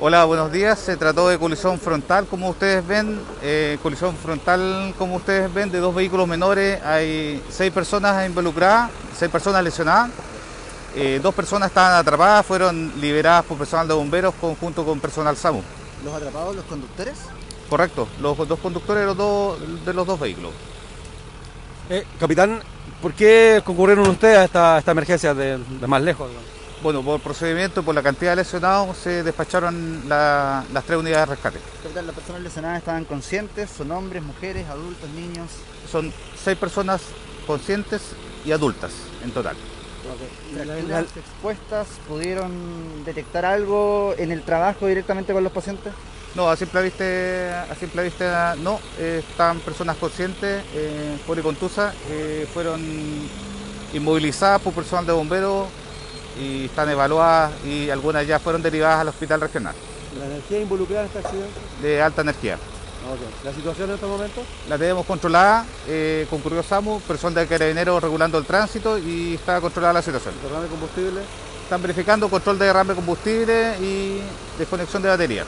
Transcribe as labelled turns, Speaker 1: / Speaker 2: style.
Speaker 1: Hola, buenos días. Se trató de colisión frontal, como ustedes ven. Eh, colisión frontal, como ustedes ven, de dos vehículos menores. Hay seis personas involucradas, seis personas lesionadas. Eh, dos personas estaban atrapadas, fueron liberadas por personal de bomberos conjunto con personal SAMU.
Speaker 2: ¿Los atrapados, los conductores?
Speaker 1: Correcto, los dos conductores de los dos, de los dos vehículos.
Speaker 3: Eh, capitán, ¿por qué concurrieron ustedes a esta, esta emergencia de, de más lejos? digamos?
Speaker 1: Bueno, por procedimiento y por la cantidad de lesionados se despacharon la- las tres unidades de rescate.
Speaker 2: Capitán, las personas lesionadas estaban conscientes, son hombres, mujeres, adultos, niños.
Speaker 1: Son seis personas conscientes y adultas en total.
Speaker 2: Fracturas expuestas, ¿pudieron detectar algo en el trabajo directamente con los pacientes?
Speaker 1: No, a simple vista, a simple vista no, eh, están personas conscientes, eh, policontusas, eh, fueron inmovilizadas por personal de bomberos y están evaluadas y algunas ya fueron derivadas al hospital regional
Speaker 3: La energía involucrada en este accidente.
Speaker 1: de alta energía.
Speaker 3: ¿La situación en estos momentos?
Speaker 1: La tenemos controlada, eh, concurrió SAMU, personal de carabineros regulando el tránsito y está controlada la situación.
Speaker 3: Derrame de combustible.
Speaker 1: Están verificando control de derrame de combustible y desconexión de batería.